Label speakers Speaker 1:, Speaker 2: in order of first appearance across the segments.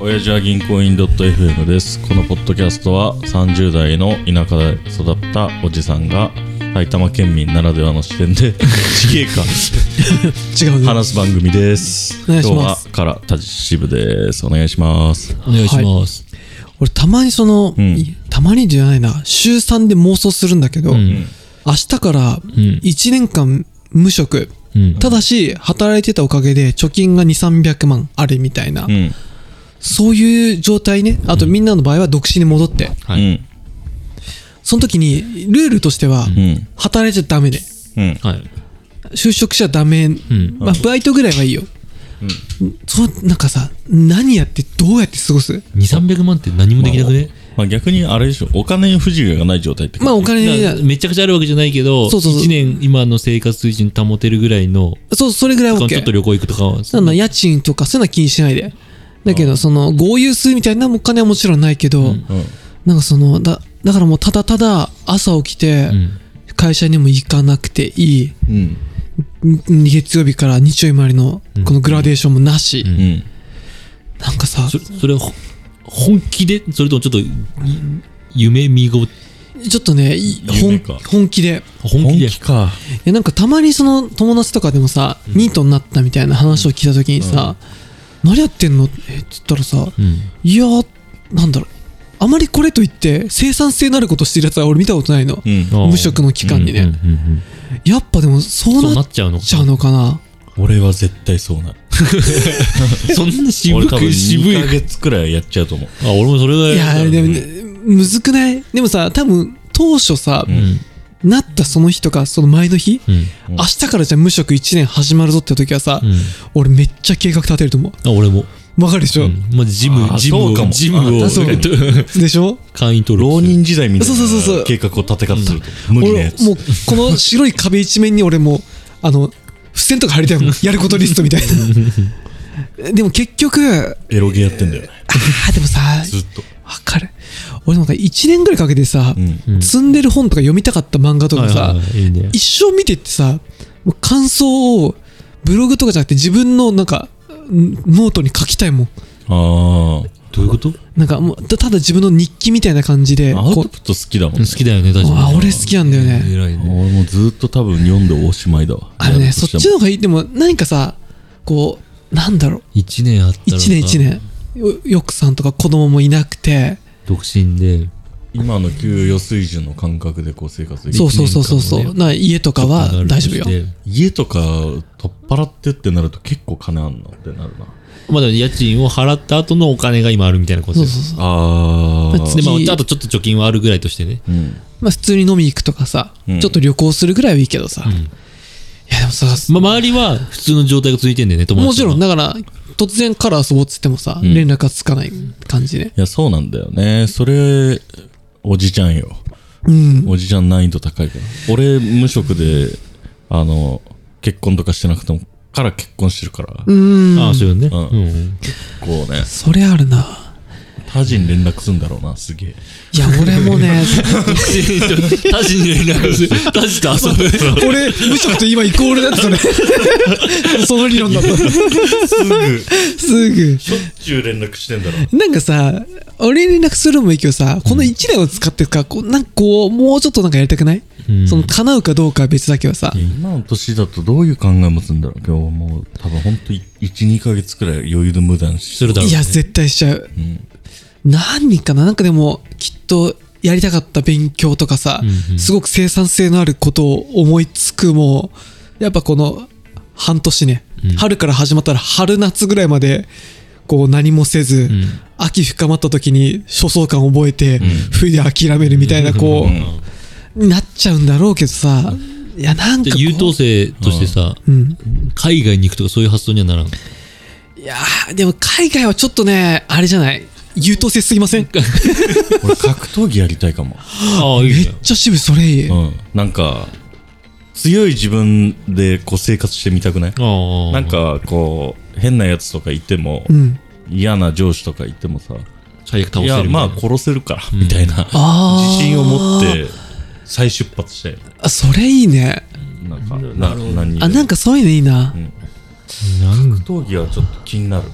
Speaker 1: 親父は銀行員 .fm ですこのポッドキャストは30代の田舎で育ったおじさんが埼玉県民ならではの視点 で地形か
Speaker 2: 違うね
Speaker 1: 話す番組です
Speaker 2: お願いし
Speaker 1: 今日
Speaker 2: ま
Speaker 1: は
Speaker 2: す
Speaker 1: から田支部ですお願いします
Speaker 3: お願いします。
Speaker 2: 俺たまにその、
Speaker 1: ん
Speaker 2: いたまにじゃないな週3で妄想するんだけど、
Speaker 3: うん。
Speaker 2: 明日から
Speaker 3: ん
Speaker 2: 1年間無職、
Speaker 3: うん。
Speaker 2: ただし働いてたおかげで貯金が2300万あるみたいな、
Speaker 1: うん
Speaker 2: そういう状態ねあとみんなの場合は独身に戻って
Speaker 3: は
Speaker 1: うん
Speaker 2: その時にルールとしては、
Speaker 1: うん
Speaker 2: 働いちゃダメで
Speaker 1: うん
Speaker 3: はい。
Speaker 2: 就職しちゃダメ、
Speaker 3: うん。
Speaker 2: まあ、バイトぐらいはいいよ、そうなんかさ何やってどうやって過ごす
Speaker 3: 二三百万って何もできなくね。
Speaker 1: まあ逆にあれでしょお金に不自由がない状態って
Speaker 2: まあお
Speaker 3: だ
Speaker 2: 金じゃ
Speaker 3: からめちゃくちゃあるわけじゃないけど、
Speaker 2: そうそうそう
Speaker 3: 一年今の生活水準保てるぐらいの、
Speaker 2: そうそれぐらいは OK
Speaker 3: ちょっと旅行行くとかは。
Speaker 2: なの家賃とかそういうのは気にしないで。だけど、その、豪遊するみたいなお金はもちろんないけど、
Speaker 1: うん
Speaker 2: なんかその、だ、だからもうただただ朝起きて
Speaker 3: う、ん。
Speaker 2: 会社にも行かなくていい。
Speaker 1: うん
Speaker 2: ん月曜日から日曜日までのこのグラデーションもなし。
Speaker 3: ん
Speaker 1: うん
Speaker 2: なんかさ、
Speaker 3: そ
Speaker 2: ち
Speaker 3: それはほ本気でそれともちょっとい夢見ご
Speaker 2: ょっとね、い
Speaker 1: 夢
Speaker 2: 本
Speaker 1: か
Speaker 2: 本気で。
Speaker 3: 本気で。
Speaker 1: か
Speaker 2: いやなんかたまにその友達とかでもさ、ニートになったみたいな話を聞いた時にさ、何やってんのえ、つったらさ、
Speaker 3: うん。
Speaker 2: いやー、なんだろう。あまりこれといって生産性のあることしてるやつは俺見たことないの。
Speaker 1: うん
Speaker 3: あー
Speaker 2: 無職の期間にね、
Speaker 3: うんうんうん
Speaker 2: やっぱでもそう
Speaker 3: そう
Speaker 2: な
Speaker 3: な
Speaker 2: っ
Speaker 3: っちゃうのか。
Speaker 2: ちゃうのかな
Speaker 1: 俺は絶対そうなる
Speaker 3: そんな
Speaker 1: 俺
Speaker 3: 渋
Speaker 1: 多分
Speaker 3: く渋い
Speaker 1: 2ヶ。月くらいやっちゃうと思う
Speaker 3: あ、俺もそれぐら
Speaker 2: い
Speaker 3: いだ
Speaker 2: やー
Speaker 3: よ
Speaker 2: で
Speaker 3: ね
Speaker 2: も、ね、むずくないでもさ多分当初さ、
Speaker 3: うん。
Speaker 2: なったその日とかその前の日、
Speaker 3: うん。
Speaker 1: ん
Speaker 2: 明日からじゃあ無職1年始まるぞって時はさ、
Speaker 3: うん
Speaker 2: 俺めっちゃ計画立てると思
Speaker 3: あ、俺も。
Speaker 2: うわかるでしょ、
Speaker 3: うんまあ、ジ
Speaker 1: あー
Speaker 3: ム、ジム
Speaker 1: そうかも
Speaker 3: を、ジム
Speaker 1: あ
Speaker 3: を、
Speaker 1: ーそう
Speaker 3: えっと
Speaker 2: でしょ
Speaker 3: 会員登録
Speaker 1: 浪人時代みたいな
Speaker 2: そうそうそうそう
Speaker 1: 計画を立て方すると無理な
Speaker 2: 俺
Speaker 1: やつ
Speaker 2: もうこの白い壁一面に俺もうあの付箋とか貼りたい もんやることリストみたいなでも結局
Speaker 1: エロゲやってんだよね
Speaker 2: あーでもさ
Speaker 1: ずっと
Speaker 2: わかる俺なんか1年ぐらいかけてさ、
Speaker 1: うん
Speaker 3: うん
Speaker 2: 積んでる本とか読みたかった漫画とか
Speaker 3: はい
Speaker 2: さ
Speaker 3: はいはいいいね。
Speaker 2: 一生見てってさもう感想をブログとかじゃなくて自分のなんかんノートに書きたいもん
Speaker 1: あ
Speaker 3: どういうこと
Speaker 2: なんかもうたただ自分の日記みたいな感じで
Speaker 1: あアウ
Speaker 2: こ
Speaker 1: ト
Speaker 2: う
Speaker 1: プット好きだもん
Speaker 3: 好
Speaker 1: ね
Speaker 3: きだよね、確かに。
Speaker 2: あ俺好きなんだよね
Speaker 3: 偉いね。
Speaker 1: 俺もずっと多分読んでおしまいだわ
Speaker 2: あれ
Speaker 1: や
Speaker 2: ね
Speaker 1: ると
Speaker 2: そっ
Speaker 1: しても
Speaker 2: ちの方がいいでも何かさこうなんだろう
Speaker 3: 一年あったらさ
Speaker 2: 1年1。年よよくさんとか子供もいなくて
Speaker 3: 独身で。
Speaker 1: 今の給与水準の感覚でこう生活でき
Speaker 2: そ
Speaker 1: る
Speaker 2: うそうそうそうそ
Speaker 3: 一年間
Speaker 2: う
Speaker 3: も
Speaker 2: な家とかは大丈夫よ
Speaker 3: で
Speaker 1: 家とか取っ払ってってなると結構金あんなってなるな
Speaker 3: まだ家賃を払った後のお金が今あるみたいなこと
Speaker 2: そう
Speaker 3: で
Speaker 2: そう
Speaker 3: す。
Speaker 2: そう
Speaker 1: あ
Speaker 2: ま
Speaker 1: ー
Speaker 2: あ
Speaker 3: で、ま
Speaker 2: 月
Speaker 3: あ、あとちょっと貯金はあるぐらいとしてね。
Speaker 1: うん
Speaker 2: まあ普通に飲み行くとかさ、
Speaker 1: うん
Speaker 2: ちょっと旅行するぐらいはいいけどさ、いやでもさ、
Speaker 3: まあ、周りは普通の状態が続いてんだよね、友達
Speaker 2: もちろんだ
Speaker 3: ね。
Speaker 2: から突然から遊ぼうっつってもさ、
Speaker 1: ん
Speaker 2: 連絡がつかない感じで
Speaker 1: いやそうなんだよねそれおじちゃんよ
Speaker 2: うん
Speaker 1: おじちゃん難易度高いから俺無職であの結婚とかしてなくてもから結婚してるから、
Speaker 2: うん
Speaker 3: ああ、そうよね。
Speaker 1: う
Speaker 3: うん。
Speaker 1: こうね
Speaker 2: それあるな
Speaker 1: 他人連絡すんだろうなすげえ
Speaker 2: いや俺もね
Speaker 3: 独身で他人に連絡する。他人と遊ぶ。
Speaker 2: 俺無職と今イコールだったそれその理論だった
Speaker 1: すぐ
Speaker 2: すぐ
Speaker 1: しょっちゅう連絡してんだろう
Speaker 2: なんかさ俺に連絡するのもいいけどさこの1年を使ってかこうなんかこうもうちょっとなんかやりたくない、
Speaker 3: うん
Speaker 2: その叶うかどうかは別だけどさ、
Speaker 1: 今の年だとどういう考え持つんだろう今日もう多分ほんと12ヶ月くらい余裕で無駄にし
Speaker 3: するだろうね。
Speaker 2: いや絶対しちゃう、
Speaker 1: ん
Speaker 2: 何人かななんかでもきっとやりたかった勉強とかさ、
Speaker 3: うんうん
Speaker 2: すごく生産性のあることを思いつくもやっぱこの半年ね、春から始まったら春夏ぐらいまでこう何もせず、
Speaker 3: ん
Speaker 2: 秋深まった時に初相感覚えて、冬で諦めるみたいなこう、なっちゃうんだろうけどさいやなんか
Speaker 3: で
Speaker 2: こう
Speaker 3: 優等生としてさ、
Speaker 2: うん、
Speaker 3: 海外に行くとかそういう発想にはならん。
Speaker 2: いやーでも海外はちょっとねあれじゃない優等生すぎません
Speaker 1: 俺格闘技やりたいかも
Speaker 3: ああ、いい
Speaker 2: め
Speaker 3: じゃ
Speaker 2: っ
Speaker 3: ん。
Speaker 2: ちゃ渋い、それいい。
Speaker 1: うんなんか強い自分でこう生活してみたくない
Speaker 3: ああ。
Speaker 1: なん、かこう変なやつとかいても、
Speaker 2: うん。
Speaker 1: 嫌な上司とかいてもさ
Speaker 3: 最悪倒
Speaker 1: い
Speaker 3: せるみた
Speaker 1: や
Speaker 3: いな。
Speaker 1: まあ殺せるから、みたいな
Speaker 2: あー
Speaker 1: 自信を持って再出発したよね
Speaker 2: あ、それいいね。
Speaker 1: なんかな何
Speaker 2: あ、なんかそういうのいいな。
Speaker 1: ん
Speaker 3: なん
Speaker 1: 闘技はちょっと気になる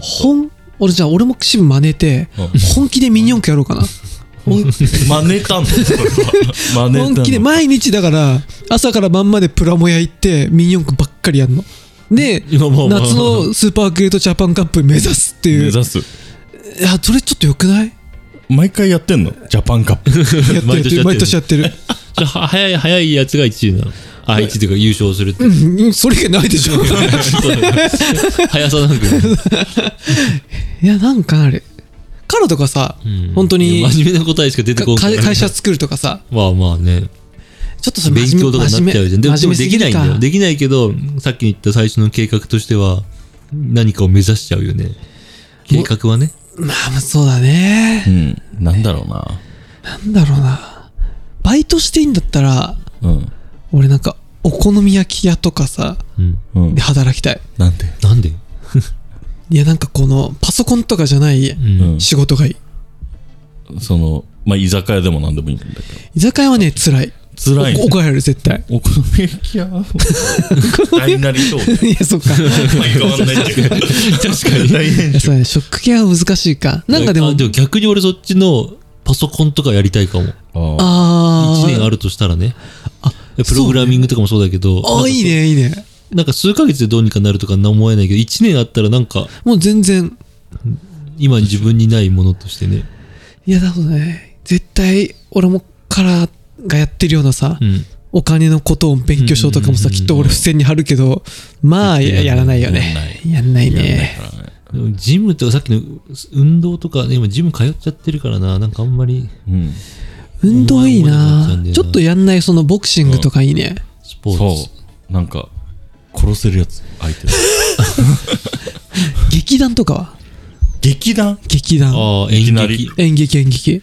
Speaker 2: 本、俺じゃあ俺もシブ真似て
Speaker 1: うん
Speaker 2: 本気でミニ四駆やろうかな
Speaker 1: 真似たの真似たの
Speaker 2: 本気で毎日だから朝から晩までプラモ屋行ってミニ四駆ばっかりやんので
Speaker 3: いやまあまあ
Speaker 2: 夏のスーパーグレートジャパンカップ目指すって
Speaker 1: 目
Speaker 2: いう
Speaker 1: 指す
Speaker 2: いやそれちょっとよく ない
Speaker 1: 毎回やってんのジャパンカップ
Speaker 2: やってる
Speaker 3: 毎年やってる
Speaker 2: 毎年やってる
Speaker 3: じゃあは早い早いやつが1位なのあ1位というか優勝するって
Speaker 2: うんそれ以外ないで しょ
Speaker 3: そうだね速さなんか、
Speaker 2: いやなんかあれカロとかさ、
Speaker 3: うん
Speaker 2: 本当に
Speaker 3: いや真面目な答えしか出て
Speaker 2: か
Speaker 3: こん
Speaker 2: 会会社作るとかさ
Speaker 3: まあまあね
Speaker 2: ちょっとそれ
Speaker 3: 勉
Speaker 2: 真面
Speaker 3: 強
Speaker 2: 目
Speaker 3: とかになっちゃうじゃんでもで
Speaker 2: 真
Speaker 3: も
Speaker 2: 面目
Speaker 3: できないんだよ
Speaker 2: 真面目すぎるか
Speaker 3: できないけどさっき言った最初の計画としては何かを目指しちゃうよね計画はね
Speaker 2: まあまあそうだね
Speaker 1: うんなんだろうな
Speaker 2: なんだろうなバイトしていいんだったら
Speaker 1: うん
Speaker 2: 俺なんかお好み焼き屋とかさ
Speaker 3: うん
Speaker 1: うん
Speaker 2: で働きたい
Speaker 1: なんで
Speaker 3: なんで
Speaker 2: いやなんかこのパソコンとかじゃない
Speaker 1: うん
Speaker 2: 仕事がいい
Speaker 1: そのまあ居酒屋でも何でもいいんだけど
Speaker 2: 居酒屋はね辛い
Speaker 1: 辛い
Speaker 2: お怒られる絶対
Speaker 1: お好み焼き屋大なりそう
Speaker 2: いやそっ かい
Speaker 1: 毎回変わんないっていうか確かに大変
Speaker 2: やそうだねショック系は難しいかなんかでも
Speaker 3: あでも逆に俺そっちのパソコンとかやりたいかも
Speaker 1: あ
Speaker 2: あ
Speaker 3: 1
Speaker 2: あ
Speaker 3: 年あるとしたらねプログラミングとかもそうだけどなん
Speaker 2: あ
Speaker 3: か
Speaker 2: あいいねいいね
Speaker 3: なんか数ヶ月でどうにかなるとか思えないけど1年あったらなんか
Speaker 2: もう全然
Speaker 3: 今自分にないものとしてね
Speaker 2: いやだそうだね絶対俺もカラーがやってるようなさ、
Speaker 3: うん
Speaker 2: お金のことを勉強しようとかもさ、
Speaker 3: うんうんうん
Speaker 2: き
Speaker 3: うん
Speaker 2: っと俺付箋に貼るけどまあ
Speaker 3: 絶
Speaker 2: や
Speaker 3: 対
Speaker 2: や
Speaker 3: や
Speaker 2: らな
Speaker 3: らない
Speaker 2: いよねやんないね
Speaker 3: でもジムとかさっきの運動とかね今ジム通っちゃってるからななんかあんまり
Speaker 1: うん
Speaker 2: 運動いい
Speaker 3: お前もな
Speaker 2: な
Speaker 3: っちゃうんだよな
Speaker 2: ちょっとやんないそのボクシングとかいいね、
Speaker 3: スポーツ
Speaker 1: そうなんか殺せるやつ相手
Speaker 2: 劇団とかは
Speaker 1: 劇団
Speaker 2: 劇団
Speaker 3: ああ
Speaker 1: いき
Speaker 3: 演
Speaker 1: なり
Speaker 3: 劇
Speaker 2: 演劇演劇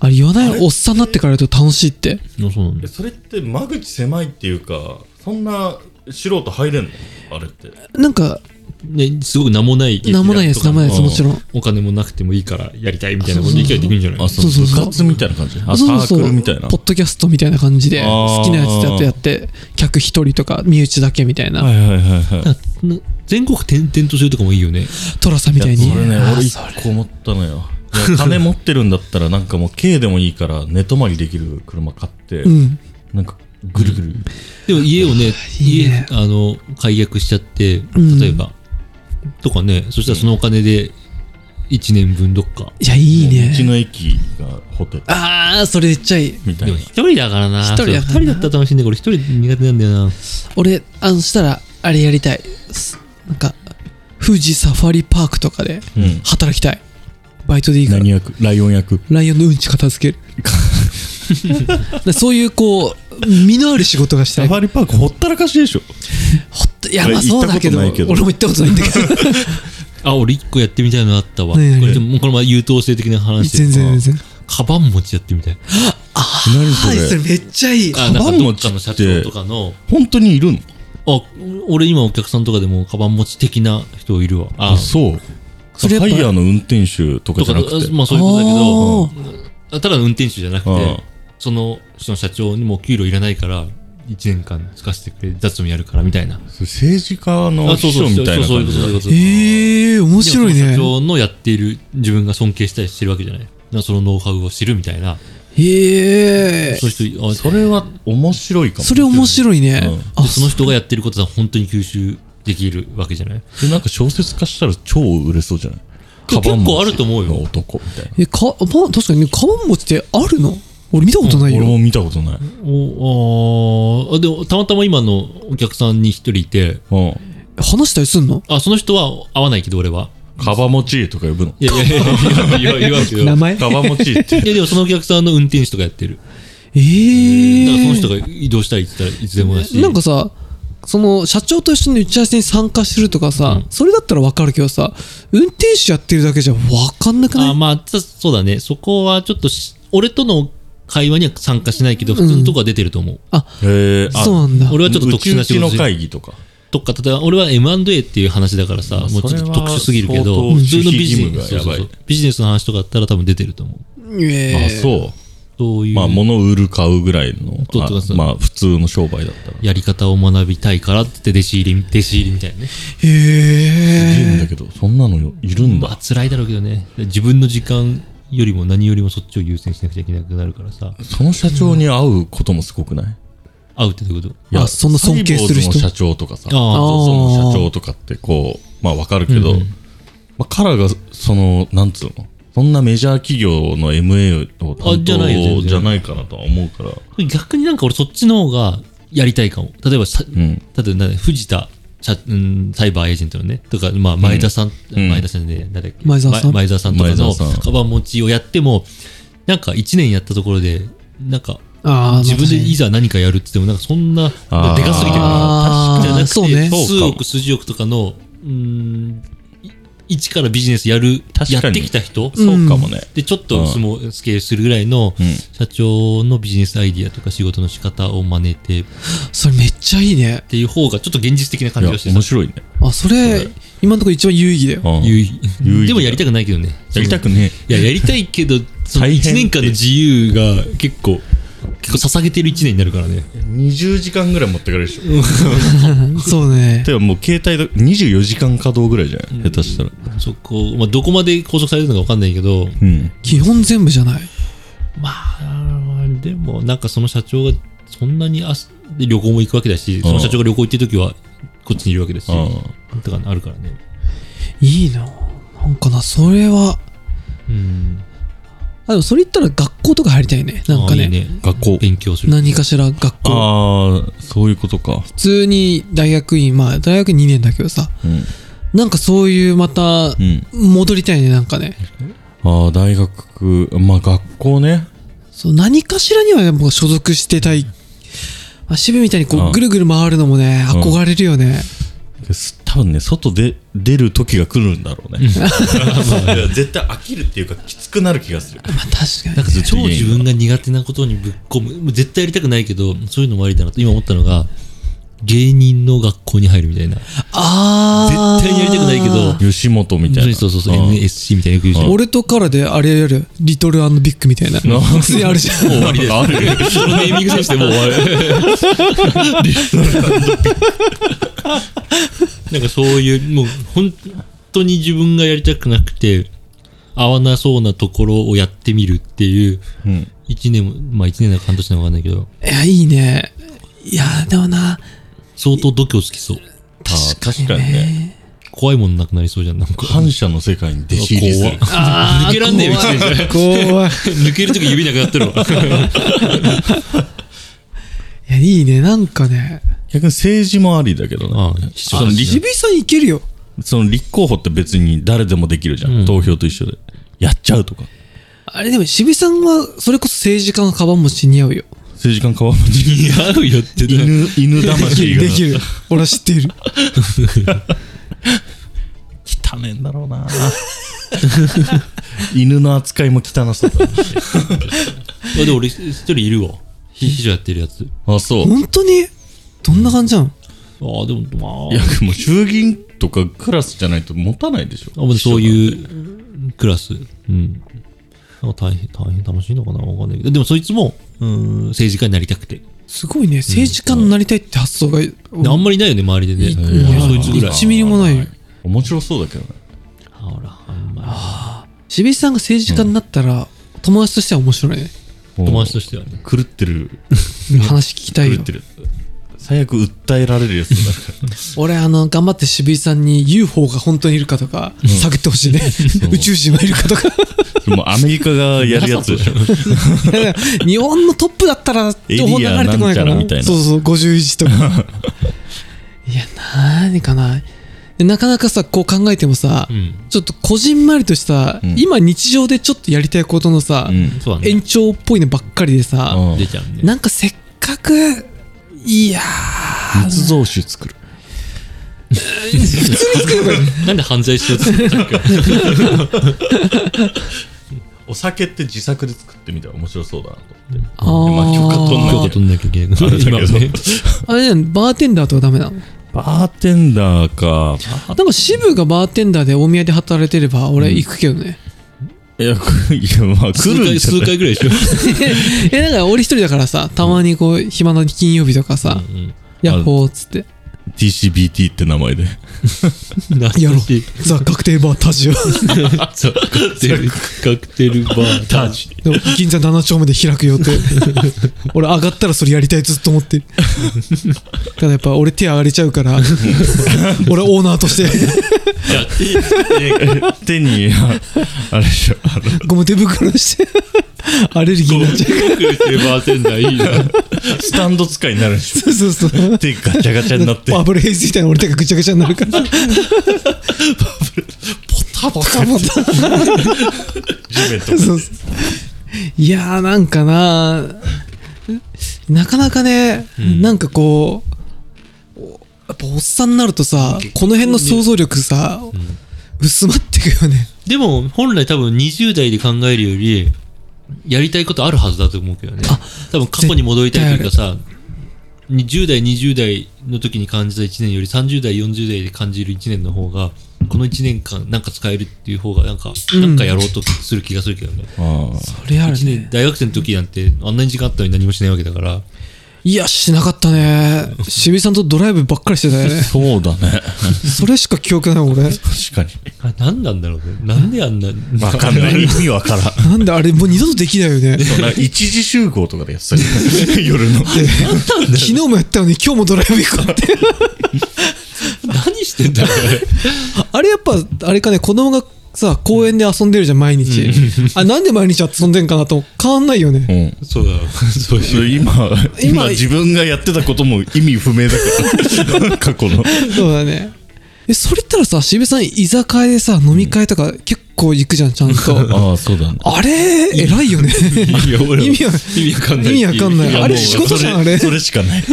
Speaker 2: あれ言わないおっさんになってからやると楽しいって
Speaker 3: あそうなんだ
Speaker 1: それって間口狭いっていうかそんな素人入れんのあれって
Speaker 2: なんか
Speaker 3: ねすごく名もない劇団
Speaker 2: 名もないや
Speaker 3: と
Speaker 2: つ
Speaker 3: か
Speaker 2: 名もないやつ
Speaker 1: うん
Speaker 2: もちろん
Speaker 3: お金もなくてもいいからやりたいみたいなことで勢いできるんじゃない
Speaker 1: あそう
Speaker 2: そう
Speaker 1: 部
Speaker 2: そうそう
Speaker 1: 活みたいな感じあサ
Speaker 2: そ
Speaker 1: ー
Speaker 2: うそう
Speaker 1: ク
Speaker 2: そ
Speaker 1: ル
Speaker 2: う
Speaker 1: みたいな
Speaker 2: ポッドキャストみたいな感じで
Speaker 1: あー
Speaker 2: 好きなやつでやってやって客一人とか身内だけみたいな、
Speaker 1: はいはいはいはい
Speaker 3: な全国転々とするとかもいいよね
Speaker 2: トラさんみたいに
Speaker 1: やそれね
Speaker 2: あー
Speaker 1: 俺
Speaker 2: それ
Speaker 1: 一個思ったのよいや金持ってるんだったらなんかもう軽でもいいから寝泊まりできる車買って
Speaker 2: うん
Speaker 1: なんかぐるぐる
Speaker 3: でも家をね、
Speaker 2: いい
Speaker 3: 家
Speaker 2: ね、
Speaker 3: あの、解約しちゃって、
Speaker 2: ん
Speaker 3: 例えば、とかね、そしたらそのお金で1年分どっか。
Speaker 2: いやいいう
Speaker 1: ち
Speaker 2: ね
Speaker 1: の駅がホテル
Speaker 2: ああそれめっちゃいい
Speaker 1: みた
Speaker 3: で
Speaker 1: い
Speaker 3: も
Speaker 1: な
Speaker 3: 一人だからな。
Speaker 2: 一人だからな
Speaker 3: そう二人だったら楽しいんだけど、俺一人苦手なんだよな。
Speaker 2: 俺あのしたらあれやりたいすなんか富士サファリパークとかで
Speaker 1: うん
Speaker 2: 働きたいバイトでいいから
Speaker 1: 何役ライオン役
Speaker 2: ライオンのうんち片付ける でそういうこう身のある仕事がし
Speaker 1: サ
Speaker 2: たい
Speaker 1: フ
Speaker 2: ほっ
Speaker 1: ァリパークほったらかしでしょ
Speaker 2: といやまあ
Speaker 1: 俺
Speaker 2: そうだけど
Speaker 1: 行ったことないけど
Speaker 2: 俺も行ったことないんだけど
Speaker 3: あ、俺一個やってみたいのあったわ。こ
Speaker 2: ねえねえ
Speaker 3: れでももうこのまま優等生的な話で
Speaker 2: 全然全然
Speaker 3: カバン持ちやってみたい。
Speaker 2: あ
Speaker 1: 何
Speaker 2: あ
Speaker 1: それ
Speaker 2: それめっちゃいい
Speaker 3: あ、なん
Speaker 1: カバ
Speaker 3: か
Speaker 1: ン
Speaker 3: ど
Speaker 1: 持
Speaker 3: っ
Speaker 1: ち
Speaker 3: か
Speaker 1: って
Speaker 3: の社長とかの、
Speaker 1: 本当にいるの
Speaker 3: あ、俺今お客さんとかでもカバン持ち的な人いるわ。あ、
Speaker 1: そう
Speaker 2: それやっ
Speaker 1: ハ
Speaker 2: ぱ
Speaker 1: イヤーの運転手とかじ
Speaker 3: とか
Speaker 1: ゃなくて
Speaker 3: まあそういうことだけど、あただの運転手じゃなくて、
Speaker 1: うん
Speaker 3: その人の社長にもう給料いらないから、1年間使わせてくれ、雑務やるからみたいな。
Speaker 1: それ政治家の秘書みたいな
Speaker 3: そ
Speaker 1: 感
Speaker 3: うそういうこ
Speaker 1: じ
Speaker 3: と、そういう
Speaker 1: だ
Speaker 3: こと。
Speaker 2: ええ面白い
Speaker 3: でも
Speaker 2: ね
Speaker 3: その社長のやっている、自分が尊敬したりしてるわけじゃない。だからそのノウハウを知るみたいな。
Speaker 2: ええ
Speaker 3: そういう人、あ
Speaker 1: それは面白いかも
Speaker 2: それ面白いね
Speaker 1: うん
Speaker 2: あ
Speaker 3: でその人がやってることは本当に吸収できるわけじゃない。
Speaker 1: でなんか小説化したら超売れそうじゃない
Speaker 3: 結構
Speaker 1: カバン持ち
Speaker 3: あると思うよ
Speaker 1: 男みたいな
Speaker 2: えかまあ確かにねカバン持ちってあるの俺見たことない
Speaker 1: 俺
Speaker 2: よ
Speaker 1: も見たことない
Speaker 3: おあーあでも、たまたま今のお客さんに一人いて、
Speaker 1: うん
Speaker 2: 話したりすんの
Speaker 3: あ、その人は会わないけど、俺は。
Speaker 1: カバ持ちとか呼ぶの
Speaker 3: いやいやいや、言わ言わんけど。
Speaker 2: 名前
Speaker 1: カバ持ち って
Speaker 3: いやでもそのお客さんの運転手とかやってる。
Speaker 2: え
Speaker 3: だ
Speaker 2: え
Speaker 3: からその人が移動したり行ったらいつでもだし。
Speaker 2: なんかさその社長と一緒に打ち合わせに参加してるとかさ、それだったら分かるけどさ運転手やってるだけじゃ分かんなく
Speaker 3: あ
Speaker 2: ない
Speaker 3: まあ、たそうだね。そこはちょっとし、俺との会話には参加しないけど、普通のとこは出てると思う。
Speaker 1: へえあ
Speaker 2: そうなんだ
Speaker 3: 俺はちょっと
Speaker 1: う
Speaker 3: 特
Speaker 1: ち
Speaker 3: 殊な
Speaker 1: う
Speaker 3: 仕
Speaker 1: ち
Speaker 3: 事
Speaker 1: の
Speaker 3: じゃん
Speaker 1: 会議とか
Speaker 3: とか、例えば俺は M&A っていう話だからさ、
Speaker 1: まあ
Speaker 3: もうちょっ
Speaker 1: それ
Speaker 3: と
Speaker 1: は
Speaker 3: 特殊すぎるけど、
Speaker 1: 相当
Speaker 3: 普通のビジ
Speaker 1: 守秘義務
Speaker 3: ネ
Speaker 1: が
Speaker 3: ス、そう
Speaker 1: やば
Speaker 3: そ
Speaker 1: いう
Speaker 3: そうビジネスの話とかだったら多分出てると思う。
Speaker 2: え
Speaker 1: あそう
Speaker 3: そうい
Speaker 1: まあ、
Speaker 3: う
Speaker 1: 物を売る、買うぐらいの、
Speaker 3: そうそう
Speaker 1: あ
Speaker 3: そう
Speaker 1: まあ、普通の商売だったら。
Speaker 3: やり方を学びたいからって言って弟子入り、弟子入りみたいなね。
Speaker 1: いるん
Speaker 2: へ
Speaker 1: だ
Speaker 2: え。
Speaker 1: けど、そんなのよいるん
Speaker 3: まあ
Speaker 1: だ。
Speaker 3: 辛いだろうけどね。自分の時間よりも何よりもそっちを優先しなくちゃいけなくなるからさ。
Speaker 1: その社長に会うこともすごくない、
Speaker 3: 会うってどういうこと
Speaker 1: いや
Speaker 2: あそんな尊敬する人
Speaker 1: サイボーズの社長とかさ、
Speaker 3: あー
Speaker 1: ゾゾの社長とかってこう、まあわかるけど、
Speaker 3: うん
Speaker 1: まあ、カラが、その、なんつうのそんなメジャー企業の MA を担
Speaker 3: あじゃないよ全
Speaker 1: 当
Speaker 3: 然
Speaker 1: じゃないかなとは思うから、
Speaker 3: 逆になんか俺そっちの方がやりたいかも。例えばさ、
Speaker 1: うん。
Speaker 3: 例えばなんだ藤田社、うん、サイバーエージェントのね、とか、まあ、前田さん、
Speaker 1: うん
Speaker 3: 前田さんで、誰だっけ
Speaker 2: 前澤さん
Speaker 3: ま前澤さんとか
Speaker 1: 前
Speaker 3: の
Speaker 1: 澤さん
Speaker 3: カバン持ちをやっても、なんか1年やったところで、なんか、
Speaker 2: ああ、
Speaker 3: 自分でい
Speaker 2: ざ。
Speaker 3: ざ何かやるって言っても、なんかそんな、で
Speaker 1: あー
Speaker 3: かすぎてる
Speaker 2: あー
Speaker 3: じゃなくて、
Speaker 2: そうね
Speaker 3: 数億、数十億とかの、うーん、い一からビジネスやる、
Speaker 1: 確かに
Speaker 3: やってきた人
Speaker 2: ん
Speaker 1: そうかもね。
Speaker 3: で、ちょっとスモスケールするぐらいの
Speaker 1: うん、
Speaker 3: 社長のビジネスアイディアとか仕事の仕方を真似てっ
Speaker 2: それめっちゃいいね。
Speaker 3: ていう方がちょっと現実的ない感
Speaker 1: や
Speaker 3: じがして
Speaker 1: 面白いね、
Speaker 2: あ、それ、今のところ一番有意義だよ。
Speaker 1: うん
Speaker 3: 有
Speaker 1: や
Speaker 3: 意
Speaker 1: 有意義だ
Speaker 3: でもやりたくないけどね。
Speaker 1: りたくね
Speaker 3: いや、やりたいけど、その
Speaker 1: 大変って
Speaker 3: 1年間の自由が結構、結構捧げてる1年になるからね。
Speaker 1: え20時間ぐらい持ってかれるでしょ
Speaker 2: そうね。
Speaker 1: でももう携帯だ24時間稼働ぐらいじゃない、下手したら
Speaker 3: そこ、まあ、どこまで拘束されるのか分かんないけど、
Speaker 1: うん
Speaker 2: 基本全部じゃない。
Speaker 3: まあ、でも、なんかその社長が、そんなにあすで旅行も行くわけだし、その社長が旅行行ってる時は、こっちにいるわけだし、とかあるからね。
Speaker 2: いいな。なんかな、それは。
Speaker 3: うん。
Speaker 2: あ、でもそれ言ったら学校とか入りたいね。なんか
Speaker 3: ああいい
Speaker 2: ね。
Speaker 1: 学校
Speaker 3: 勉強する。
Speaker 2: 何かしら学校。
Speaker 1: ああそういうことか
Speaker 2: 普通に大学院、まあ大学2年だけどさ。
Speaker 1: うん、
Speaker 2: なんかそういうまた、
Speaker 1: うん、
Speaker 2: 戻りたいね、なんかね。
Speaker 1: ああ大学まあ学校ね
Speaker 2: そう、何かしらにはやっぱ所属してたい。まあ、渋みたいにこ
Speaker 1: うん
Speaker 2: う、ぐるぐる回るのもね、
Speaker 1: うん
Speaker 2: 憧れるよね。
Speaker 1: です多分ね外で出る時が来るんだろうね絶対飽きるっていうかきつくなる気がする
Speaker 2: まあ、確か
Speaker 3: なん
Speaker 2: に。
Speaker 3: か超自分が苦手なことにぶっ込む。もう絶対やりたくないけど、そういうのもありだなと今思ったのが、芸人の学校に入るみたいな。
Speaker 2: あー。
Speaker 3: 絶対にやりたくないけど
Speaker 1: 吉本みたいな
Speaker 3: そうそうそう、
Speaker 1: ん
Speaker 3: NSC みたいなよく言うじゃん。
Speaker 2: 俺とからであれやるリトルビッグみたいな。普通にあるじゃん。
Speaker 3: 終わりです。そのネーミングセンスでもう終わる。なんかそういう、もう本当に自分がやりたくなくて、合わなそうなところをやってみるっていう、
Speaker 1: うん
Speaker 3: 一年も、まあ一年だか半年なのかわかんないけど、
Speaker 2: いや、いいね。いや、でもな、
Speaker 3: 相当度胸つきそう。
Speaker 1: あー確
Speaker 2: ね
Speaker 1: かにね
Speaker 3: 怖いものなくなりそうじゃん、なんか。
Speaker 1: 反社の世界に弟子入りする
Speaker 3: 怖っ抜けらんねえよ、一年じ
Speaker 2: 怖
Speaker 3: ゃ。
Speaker 2: い。怖い。
Speaker 3: 抜けるとき指なくなってるわ。
Speaker 2: いや、いいね、なんかね。
Speaker 1: 逆に政治もありだけど
Speaker 3: あ
Speaker 1: ね
Speaker 3: あ
Speaker 1: その
Speaker 2: 渋井さんいけるよ。
Speaker 1: その立候補って別に誰でもできるじゃん、
Speaker 3: うん
Speaker 1: 投票と一緒でやっちゃうとか
Speaker 2: あれでも渋井さんは、それこそ政治家のカバン持ち似合うよ。
Speaker 1: 政治家川本に
Speaker 3: 似合うよってな
Speaker 1: 犬犬魂が
Speaker 2: できる。俺は知っている。
Speaker 1: 汚ねえんだろうな 犬の扱いも汚そうだ
Speaker 3: あでも俺一人いるわ。秘書やってるやつ。
Speaker 1: あそう
Speaker 2: 本当にどんな感じなの
Speaker 3: ああ、でも、ま
Speaker 1: いやでも衆議院とかクラスじゃないと持たないでし
Speaker 3: あ、
Speaker 1: ょ
Speaker 3: もうそういうクラス。うん。なんか大変、大変楽しいのかなわかんないけど。でもそいつも、うん、政治家になりたくて。
Speaker 2: すごいね。政治家になりたいって発想が、
Speaker 3: であんまりいないよね、周りでね。
Speaker 1: いや
Speaker 3: そいつぐらい。
Speaker 2: 1ミリもないよ。
Speaker 1: 面白そうだけどね
Speaker 3: ほら、あんま
Speaker 2: 渋井さんが政治家になったら、友達としては面白いね。
Speaker 3: り。友達
Speaker 1: も
Speaker 3: としてはね。
Speaker 1: う狂ってる
Speaker 2: 話聞きたい
Speaker 1: 狂
Speaker 2: よ
Speaker 1: って。る最悪訴えられるやつだか
Speaker 2: 俺、あの、頑張って渋井さんに UFO が本当にいるかとか、探ってほしいね。宇宙人がいるかとか。
Speaker 1: らもうアメリカがやるやつでしょ
Speaker 2: 日本のトップだったら、情報流れてこないか
Speaker 1: エリアなん
Speaker 2: ら。
Speaker 1: ちゃらみたいな
Speaker 2: そうそう、51とか。 いや、なにかな。でなかなかさ、こう考えてもさ、
Speaker 3: うん。
Speaker 2: ちょっとこじんまりとした、
Speaker 1: うん
Speaker 2: 今日常でちょっとやりたいことのさ、
Speaker 1: うん
Speaker 3: そうだね。
Speaker 2: 延長っぽいのばっかりでさ、
Speaker 1: うん
Speaker 3: 出ちゃうね。
Speaker 2: なんかせっかく、いや
Speaker 1: 密造酒作る
Speaker 3: なんで犯罪しようとするの
Speaker 1: お酒って自作で作ってみたら面白そうだなと思って
Speaker 2: ー、あ
Speaker 1: まあ許可取んな
Speaker 2: ー
Speaker 1: い
Speaker 3: 許可取んなきゃいけ ないから。
Speaker 1: あれだけど
Speaker 3: 今ね
Speaker 2: あれじゃん、バーテンダーとかダメなの
Speaker 1: バーテンダーか
Speaker 2: なんか渋がバーテンダーで大宮で働いてれば、俺行くけどね。
Speaker 1: いや、くいやまあ、来
Speaker 3: 数
Speaker 1: るん
Speaker 3: 回、
Speaker 1: じゃ
Speaker 3: 数
Speaker 1: ない
Speaker 3: 回ぐらいでしょ。
Speaker 2: え、なんか俺一人だからさ、たまにこう、暇な金曜日とかさ、
Speaker 3: うん
Speaker 2: やっほーっつって、
Speaker 1: TCBT って名前で。
Speaker 3: 懐
Speaker 2: やろ
Speaker 3: か
Speaker 2: う
Speaker 3: しい。。
Speaker 2: ザ・確定バータジオ。
Speaker 3: そうカクテル、カクテルバータージ。
Speaker 2: でも銀座7丁目で開く予定。 俺上がったらそれやりたいずっと思ってる。ただやっぱ俺手上がれちゃう から、俺オーナーとして
Speaker 3: やって、
Speaker 1: 手に、ああれでしょ、あの、
Speaker 2: ゴム手袋して、アレルギーになっちゃ
Speaker 3: カクテルバーテンダーいいな。
Speaker 1: スタンド使いになるでし
Speaker 2: う。そうそうそう。
Speaker 1: ょ。手ガチャガチャにな って。
Speaker 2: バブルヘイズみたいな俺手がぐちゃぐちゃになるから。
Speaker 1: タボ
Speaker 2: サボタ
Speaker 1: 地面と
Speaker 2: そ
Speaker 1: か。
Speaker 2: うそう いやーなんかななかなかね、なんかこうおやっぱおっさんになるとさこの辺の想像力さ、薄まってくよね
Speaker 3: でも、本来多分20代で考えるより、やりたいことあるはずだと思うけどね。多分過去に戻りたいというかさ、10代、20代の時に感じた1年より30代、40代で感じる1年の方が、この1年間なんか使えるっていう方がなんか、
Speaker 2: ん
Speaker 3: なんかやろうとする気がするけどね。
Speaker 1: あ
Speaker 2: それある
Speaker 3: 一年
Speaker 2: ね
Speaker 3: 大学生の時なんてあんなに時間あったのに何もしないわけだから。
Speaker 2: いやしなかったね渋井さんとドライブばっかりしてたよ
Speaker 1: あ
Speaker 2: ね
Speaker 1: そうだね。
Speaker 2: それしか記憶ない俺
Speaker 1: 確かに。
Speaker 3: あ何なんだろうね。なんであんな、
Speaker 1: わかんない。意味わからん。
Speaker 2: なんであれもう二度とできないよ
Speaker 1: な
Speaker 2: ね
Speaker 1: んか一時集合とかでやってたけど夜の。
Speaker 2: で昨日もやったのに今日もドライブ行こうって
Speaker 3: 何してんだろうね。
Speaker 2: あれやっぱ、あれかね、子供がさ、公園で遊んでるじゃん、毎日。あ、なんで毎日遊んでんかなと変わんないよね。
Speaker 1: うん。
Speaker 3: そうだろう。そういう。
Speaker 1: 今、今
Speaker 2: 今
Speaker 1: 自分がやってたことも意味不明だ から。過去の。
Speaker 2: そうだね。え、それ言ったらさ、渋谷さん、居酒屋でさ、飲み会とか結構行くじゃん、ちゃん と。
Speaker 1: ああ、そうだね。
Speaker 2: あれ、偉いよね。
Speaker 3: いや俺は
Speaker 2: 意味わ
Speaker 3: 意味わかんない。
Speaker 2: 意味わかんない
Speaker 3: や
Speaker 2: あれ
Speaker 3: もう
Speaker 2: 仕事じゃんあれ
Speaker 1: それしかない。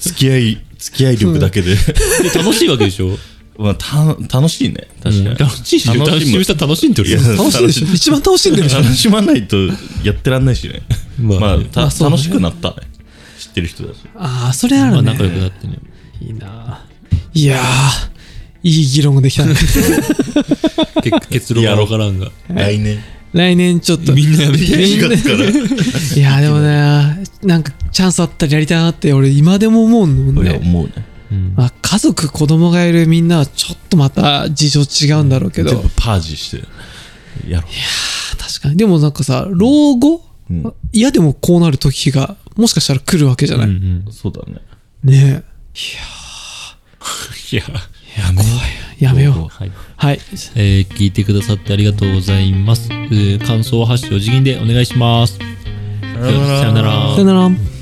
Speaker 1: 付き合い、付き合い力だけで。
Speaker 3: で楽しいわけでしょ
Speaker 1: まあ、た、楽しいね。確かに。
Speaker 3: 楽しいし、
Speaker 1: 楽しむ
Speaker 3: 渋井さん楽しんでるよ。
Speaker 2: 楽しいで しょ一番楽しんでるじゃん。
Speaker 1: 楽しまないとやってらんないしね。
Speaker 3: まあ
Speaker 1: まあ、た
Speaker 2: あそうだ
Speaker 1: 楽
Speaker 2: ね
Speaker 1: しくなったね。知ってる人だし。
Speaker 2: ああ、それあ
Speaker 3: まあ
Speaker 2: るね
Speaker 3: 仲。良くなってね。
Speaker 2: いいないやー、いい議論ができ たね。
Speaker 3: 結結論はわからんが。
Speaker 1: 来年。
Speaker 2: 来年ちょっと。
Speaker 3: みんなやめて。
Speaker 2: みんな
Speaker 1: 4月から。
Speaker 2: いやーでもね、なんかチャンスあったらやりたいなって、俺今でも思うの
Speaker 1: い
Speaker 2: ね
Speaker 1: や、。思うね。
Speaker 2: まあ、家族子供がいるみんなはちょっとまた事情違うんだろうけど、
Speaker 1: 全
Speaker 2: あ
Speaker 1: 部パージして。やろう。
Speaker 2: 確かにでもなんかさ老後、
Speaker 1: うん
Speaker 2: 嫌でもこうなる時がもしかしたら来るわけじゃない、
Speaker 3: うん
Speaker 1: そうだね。
Speaker 2: ねえいや
Speaker 3: いや、
Speaker 1: やめ
Speaker 2: やめよう
Speaker 3: はい。
Speaker 2: はい
Speaker 3: えー聞いてくださってありがとうございます。えー感想はハッシュお辞儀でお願いします。
Speaker 1: さよなら
Speaker 3: さよなら
Speaker 2: さよ。なら